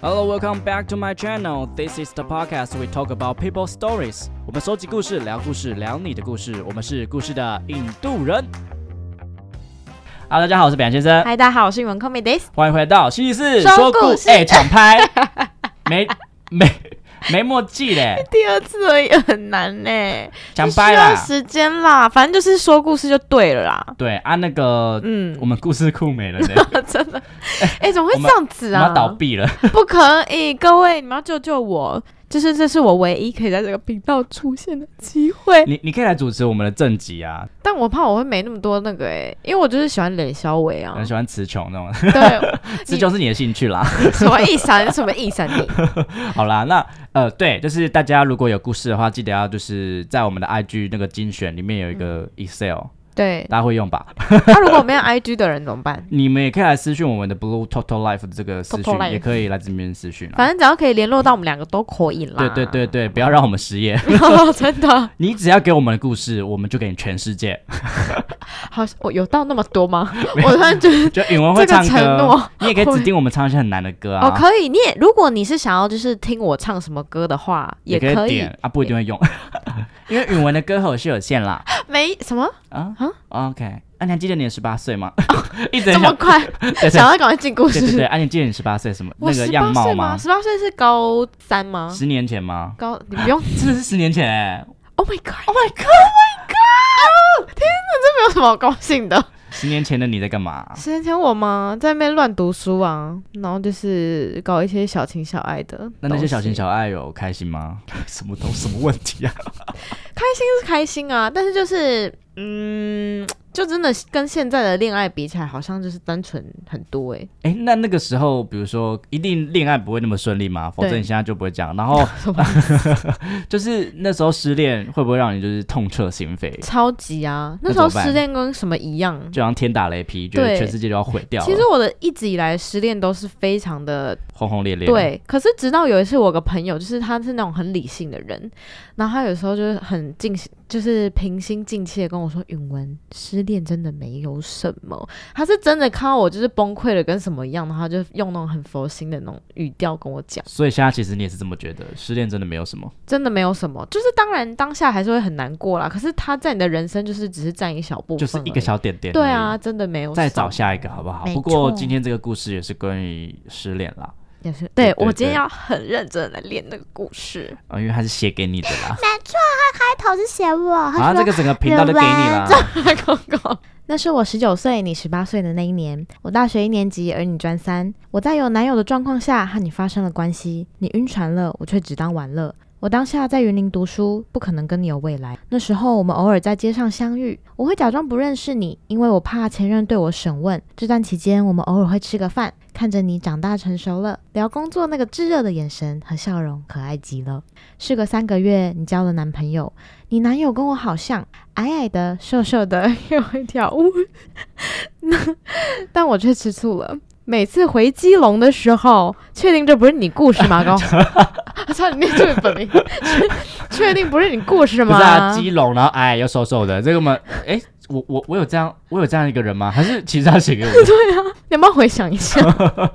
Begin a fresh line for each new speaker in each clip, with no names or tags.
Hello, welcome back to my channel. This is the podcast we talk about people stories. 我们收集故事，聊故事，聊你的故事。我们是故事的印度人。Hello，大家好，我是北洋先生，
嗨，大家好，我是英文 c o m i d a y s
欢迎回到西四
说
说
故
故
事
哎、抢 拍，没没没默契 嘞，
第二次而已，很难呢、
抢
需
拍
要
啦。
时间啦，反正就是说故事就对了啦。
对啊，那个、
嗯
我，们故事库没了 呢，
真 的，哎、怎么会
我
这
们
样子
我们
啊
要？倒闭了。
不可以，各位，你们要救救我！就是这是我唯一可以在这个频道出现的机会，
你你可以来主持我们的正集啊，
但我怕我会没那么多那个哎、因为我就是喜欢冷肖伟啊
很。喜欢词穷那种，
对，
词穷是你的兴趣啦。
什么意思啊？你什么意思啊？ 你
好啦，那呃，对，就是大家如果有故事的话，记得要就是在我们的 IG 那个精选里面有一个
嗯
Excel，、
对，
大家会用吧？
那、如果没有 IG 的人怎么办？
你们也可以来私讯我们的 Blue Total Life 的这个私
Total
讯，
Life
也可以来这边私讯啊。
反正只要可以联络到我们两个都可以啦。
对对对对，不要让我们失业。
对，真的
你只要给我们的故事，我们就给你全世 界。
好，我有到那么 多吗？我突然觉得
就允文会
这
唱
个承
歌
诺，
你也可以指定我们唱一些很难的歌
哦，
啊，
可以。你也，如果你是想要就是听我唱什么歌的话，
也
可以。
点啊，不一定 会用，因为允文的歌喉是有限啦。
没什么
啊
啊
，OK，啊，你还记得你的十八岁吗？ 一直
这
很
么
想
快，
对对
想要赶快 进故事。
对对对，啊，你记得你十八岁什么
我
那
十
个
八
样貌
岁吗？？十八岁是高三吗？
十年前吗？
高，你不用。
真的是十年前哎、
Oh my god！Oh my god！Oh my god！天哪，这没有什么好高兴的。
十年前的你在干 嘛？
十年前我嘛在那边乱读书啊，然后就是搞一些小情小爱的。
那那些小情小爱有开心吗？ 什么都什么问题啊？
是开心啊，但是就是嗯，就真的跟现在的恋爱比起来，好像就是单纯很多哎、
哎、那那个时候，比如说，一定恋爱不会那么顺利吗？否则
对
你现在就不会这样。然后
什么，
就是那时候失恋，会不会让你就是痛彻心扉，
超级啊！
那怎
那时
么
候
办
失恋跟什么一样？
就像天打雷劈，觉得
对
全世界都要毁掉了，
其实我的一直以来失恋都是非常的
轰轰烈烈。，
对，可是直到有一次，我有个朋友就是他是那种很理性的人，然后他有时候就是很静，就是平心静气的跟我说：“允文，失恋真的没有什么。”他是真的看到我就是崩溃了跟什么一样，然后他就用那种很佛心的那种语调跟我讲。
所以现在其实你也是这么觉得，失恋真的没有什么。
真的没有什么，就是当然当下还是会很难过啦。可是他在你的人生就是只是占一小部
就
分，
是一个。小点点。
对啊，，真的没有什
再
么。
找下一个好不好？
没
不过
错
今天这个故事也是关于失恋啦，
也是。
对
对
对
我今天
对
要很认真的练那个故事。
啊、因为它是写给你的 啦。
开头是写我，
好、啊，
他
这
说
个整个频道都给你啦。
公公，
那是我十九岁，你十八岁的那一年，我大学一年级，而你专三。我在有男友的状况下和你发生了关系，你晕船了，我却只当玩乐。我当下在云林读书，不可能跟你有未来。那时候我们偶尔在街上相遇，我会假装不认识你，因为我怕前任对我审问。这段期间，我们偶尔会吃个饭，看着你长大成熟了，聊工作那个炙热的眼神和笑容，可爱极了。事隔三个月，你交了男朋友，你男友跟我好像，矮矮的、瘦瘦的，又会跳舞。那但我却吃醋了。
每次回基隆的时候，确定这不是你故事吗？高， 差点念出你本名，确确定不是你故事
不是
吗？
啊，基隆，然后哎又瘦瘦的，这个嘛，哎、我我我有这样我有这样一个人吗？还是其实他写给我 的？
你要不要回想一下？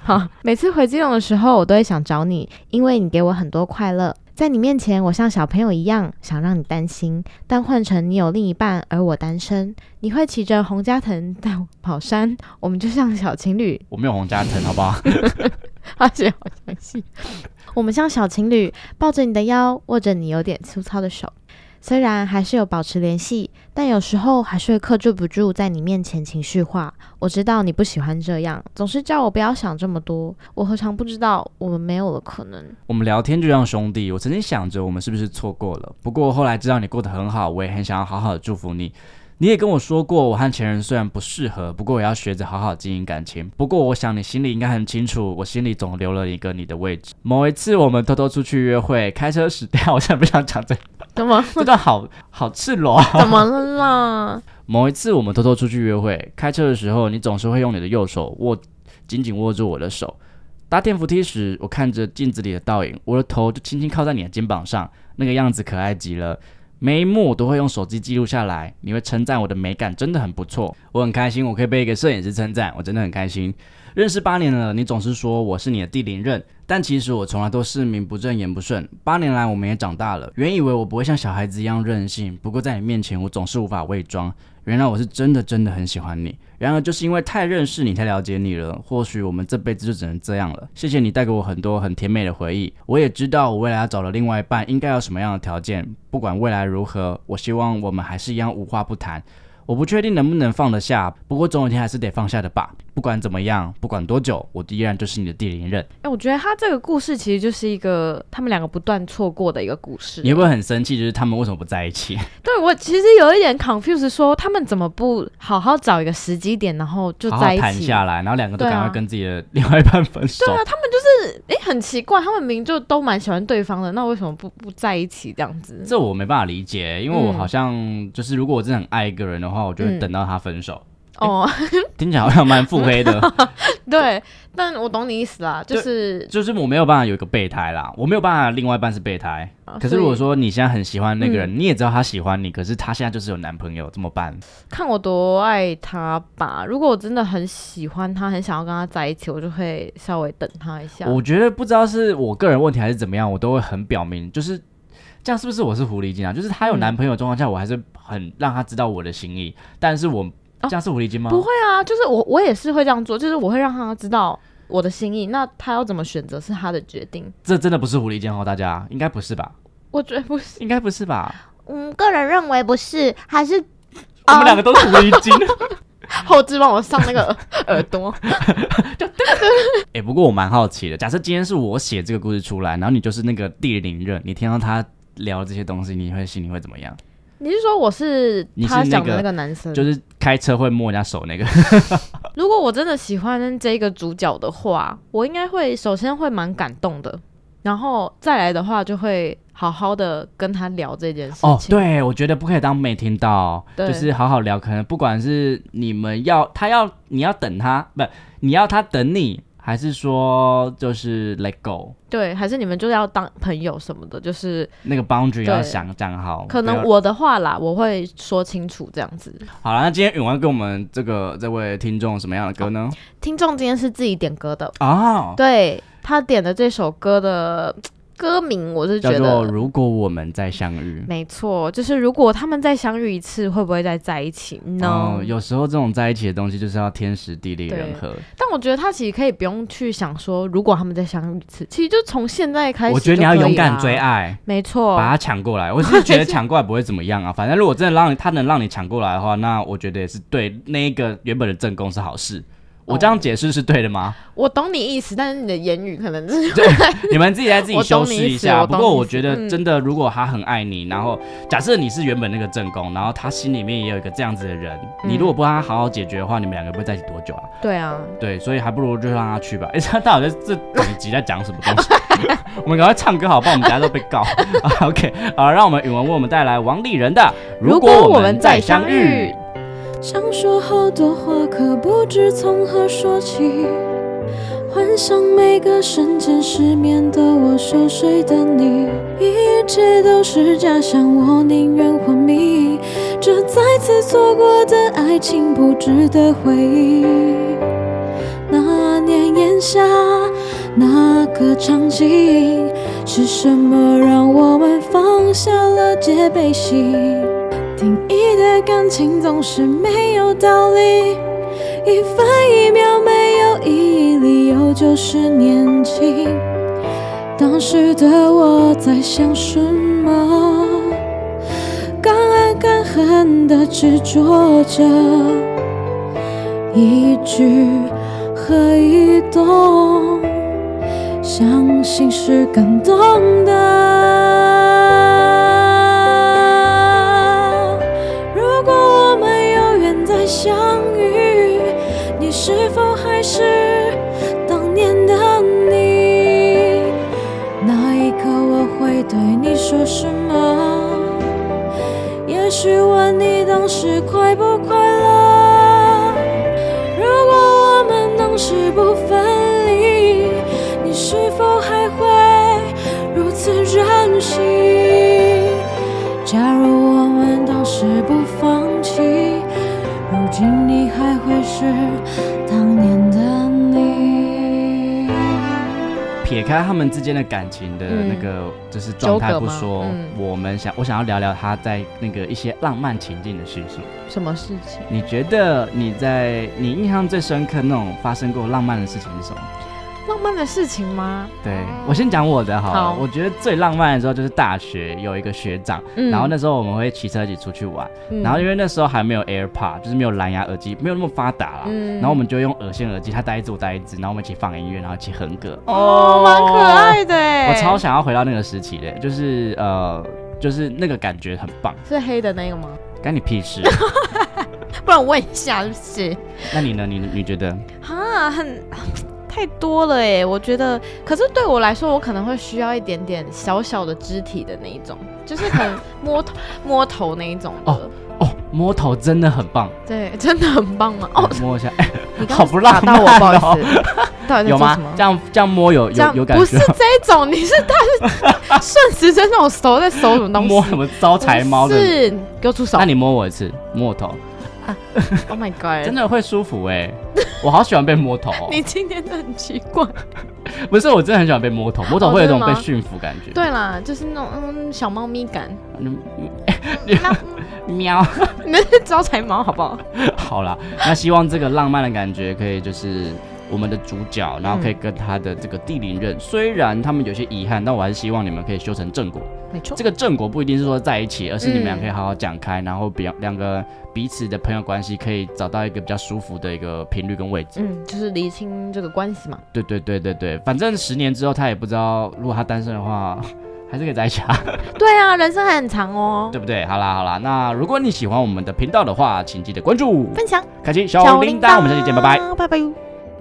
好，每次回基隆的时候，我都会想找你，因为你给我很多快乐。在你面前，我像小朋友一样，想让你担心。但换成你有另一半，而我单身，你会骑着红加藤带我跑山，我们就像小情侣，
我没有洪嘉诚，好不好？
而且好详细。
我们像小情侣，抱着你的腰，握着你有点粗糙的手。虽然还是有保持联系，但有时候还是会克制不住在你面前情绪化。我知道你不喜欢这样，总是叫我不要想这么多。我何尝不知道我们没有了可能？
我们聊天就像兄弟。我曾经想着我们是不是错过了，不过后来知道你过得很好，我也很想要好好的祝福你。你也跟我说过，我和前任虽然不适合，不过也要学着好好经营感情。不过我想你心里应该很清楚，我心里总留了一个你的位置。某一次我们偷偷出去约会，开车时，等一下我现在不想讲这，
怎 么
这段好好赤裸啊。
怎么了啦？
某一次我们偷偷出去约会，开车的时候，你总是会用你的右手握紧紧握住我的手。搭电扶梯时，我看着镜子里的倒影，我的头就轻轻靠在你的肩膀上，那个样子可爱极了。每一幕我都会用手机记录下来，你会称赞我的美感真的很不错，我很开心，我可以被一个摄影师称赞，我真的很开心。认识八年了，你总是说我是你的第零任，但其实我从来都是名不正言不顺。八年来，我们也长大了，原以为我不会像小孩子一样任性，不过在你面前，我总是无法伪装。原来我是真的真的很喜欢你，然而就是因为太认识你，太了解你了，或许我们这辈子就只能这样了。谢谢你带给我很多很甜美的回忆，我也知道我未来要找的另外一半应该有什么样的条件。不管未来如何，我希望我们还是一样无话不谈。我不确定能不能放得下，不过总有一天还是得放下的吧。不管怎么样，不管多久，我依然就是你的第零任。
哎、我觉得他这个故事其实就是一个他们两个不断错过的一个故事。
你会不会很生气？就是他们为什么不在一起？
对我其实有一点 confused，说他们怎么不好好找一个时机点，然后就
好
在
好
一
谈
起？
下来，然后两个都
对啊
赶快跟自己的另外一半分手。
对啊，他们就是哎、很奇怪，他们明明就都蛮喜欢对方的，那为什么不不在一起这样子？
这我没办法理解，因为我好像就是，如果我真的很爱一个人的话，我就会
嗯
等到他分手。
哦，
听起来好像蛮腹黑的，
对，但我懂你意思啦，就
对
是
就是我没有办法有一个备胎啦，我没有办法另外一半是备胎。
啊
可是
所以嗯
如果说你现在很喜欢那个人，你也知道他喜欢你，可是他现在就是有男朋友，怎么办？
看我多爱他吧。如果我真的很喜欢他，很想要跟他在一起，我就会稍微等他一下。
我觉得不知道是我个人问题还是怎么样，我都会很表明，就是这样是不是我是狐狸精啊？就是她有
嗯
男朋友的状况下，我还是很让她知道我的心意，但是我、这样是狐狸精吗？
哦不会啊，就是我我也是会这样做，就是我会让他知道我的心意。那他要怎么选择是他的决定，
这真的不是狐狸精哦，大家应该不是吧？
我觉得 不是。
应该不是吧？
嗯，个人认为不是，还是
我们两个都是狐狸精。
后置帮我上那个耳朵，
哎、不过我蛮好奇的，假设今天是我写这个故事出来，然后你就是那个第零任，你听到他聊这些东西，你会心里会怎么样？
你是说我是
你是
他
那
讲
个
的那个男生？
就是开车会摸人家手那个，
如果我真的喜欢这个主角的话，我应该会首先会蛮感动的，然后再来的话就会好好的跟他聊这件事 情。
哦，对，我觉得不可以当没听到，
对
就是好好聊。可能不管是你们要他要你要等他，不，你要他等你，还是说就是 let go
对还是你们就要当朋友什么的，就是
那个 boundary
对
要想讲好。
可能
不要
我的话啦，我会说清楚这样子。
好了，那今天永安跟我们这个这位听众什么样的歌呢？
听众今天是自己点歌的，
哦，
对他点的这首歌的歌名，我是觉
叫做《
得。
如果我们再相遇》。
没错，就是如果他们再相遇一次，会不会再在一起呢
哦，有时候这种在一起的东西就是要天时地利人和。
但我觉得他其实可以不用去想说，如果他们再相遇一次，其实就从现在开始。
我觉得你要勇
啊
敢追，爱，
没错
把。它抢过来。我是觉得抢过来不会怎么样 啊，反正如果真的让他能让你抢过来的话，那我觉得也是对那一个原本的正宫是好事。
哦
我这样解释是对的 吗？
我懂你意思，但是你的言语可能是
你们自己来自己
我
修
懂
饰
你
一
意思嗯
下。
我
不
懂
过
你
我
意思
觉得
嗯
真的，如果他很爱你，然后假设你是原本那个正宫，然后他心里面也有一个这样子的人，
嗯
你如果不让他好好解决的话，你们两个不会在一起多久啊？
对啊，
对，所以还不如就让他去吧。哎、他到底在这整集在讲什么东西？ 我们赶快唱歌好不好？我们等下都被告。 啊 OK，好，让我们语文为我们带来王丽人的《
如果我们再相遇》。
想说好多话，可不知从何说起。幻想每个瞬间失眠的我，熟睡的你，一切都是假象，我宁愿昏迷。这再次错过的爱情，不值得回忆。那年炎夏，那个场景，是什么让我们放下了戒备心？定义的感情总是没有道理，一分一秒没有意义，理由就是年轻。当时的我在想什么？敢爱敢恨的执着着，一举和一动，相信是感动的。如果我们有缘再相遇，你是否还是当年的你？那一刻我会对你说什么？也许问你当时快不快乐？如果我们当时不分离，你是否还会如此任性？假如我们当时不放弃，如今你还会是当年的你？
撇开他们之间的感情的那个就是状态
嗯纠葛
不
吗
说，
嗯
我们想我想要聊聊他在那个一些浪漫情境的叙述。
什么事情？
你觉得你在你印象最深刻那种发生过浪漫的事情是什么？
浪漫的事情吗？
对我先讲我的好了
哦好
我觉得最浪漫的时候就是大学有一个学长，
嗯
然后那时候我们会骑车一起出去玩，
嗯
然后因为那时候还没有 AirPod，就是没有蓝牙耳机，没有那么发达啦。
嗯
然后我们就用耳线耳机，他戴一只我戴一只，然后我们一起放音乐，然后一起哼歌。
哦，蛮可爱的哎，
哦我超想要回到那个时期的，就是呃，就是那个感觉很棒，
是黑的那个吗？
干你屁 事？啊
不然我问一下是不是？
那你呢？你你觉得？
哈，很太多了哎，我觉得，可是对我来说，我可能会需要一点点小小的肢体的那一种，就是可能摸头摸头那一种的。
哦哦，摸头真的很棒，
对，真的很棒吗？哦，
摸一 下，哎、
你刚
好不浪
打到我，
漫
不好意
哦
思，到底
有
在做
吗
什么？？
这样这样摸有有
这样
有感
不
觉
是
吗？
这一种，你是 他是顺时针那种手在手什么东西？
摸什么招财猫的？
是，你给我出手
那你摸我一次，摸我头，
！Oh my god！，
真的会舒服哎、我好喜欢被摸头、哦
你今天真的很奇怪。
不是我真的很喜欢被摸头，摸头
哦
会有一种
真
被
的吗
驯服感觉。
对啦，就是那种嗯小猫咪感，
嗯，嗯喵。
你那是 招财猫好不好？
好啦，那希望这个浪漫的感觉可以就是我们的主角，然后
嗯
可以跟他的这个地灵人，虽然他们有些遗憾，但我还是希望你们可以修成正果。
没错
这，个正果不一定是说在一起，而是你们俩
嗯
可以好好讲开，然后比两个彼此的朋友关系可以找到一个比较舒服的一个频率跟位置。
嗯，就是厘清这个关系嘛。
对对对对对，反正十年之后他也不知道，如果他单身的话。还是可以在一起啊，
对啊，人生还很长哦。
对不对？好啦好啦，那如果你喜欢我们的频道的话，请记得关注、
分享
开启小铃铛，我们下期见，拜拜。，
啊
拜拜。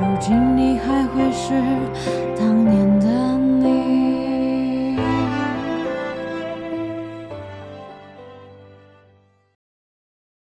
如今你还会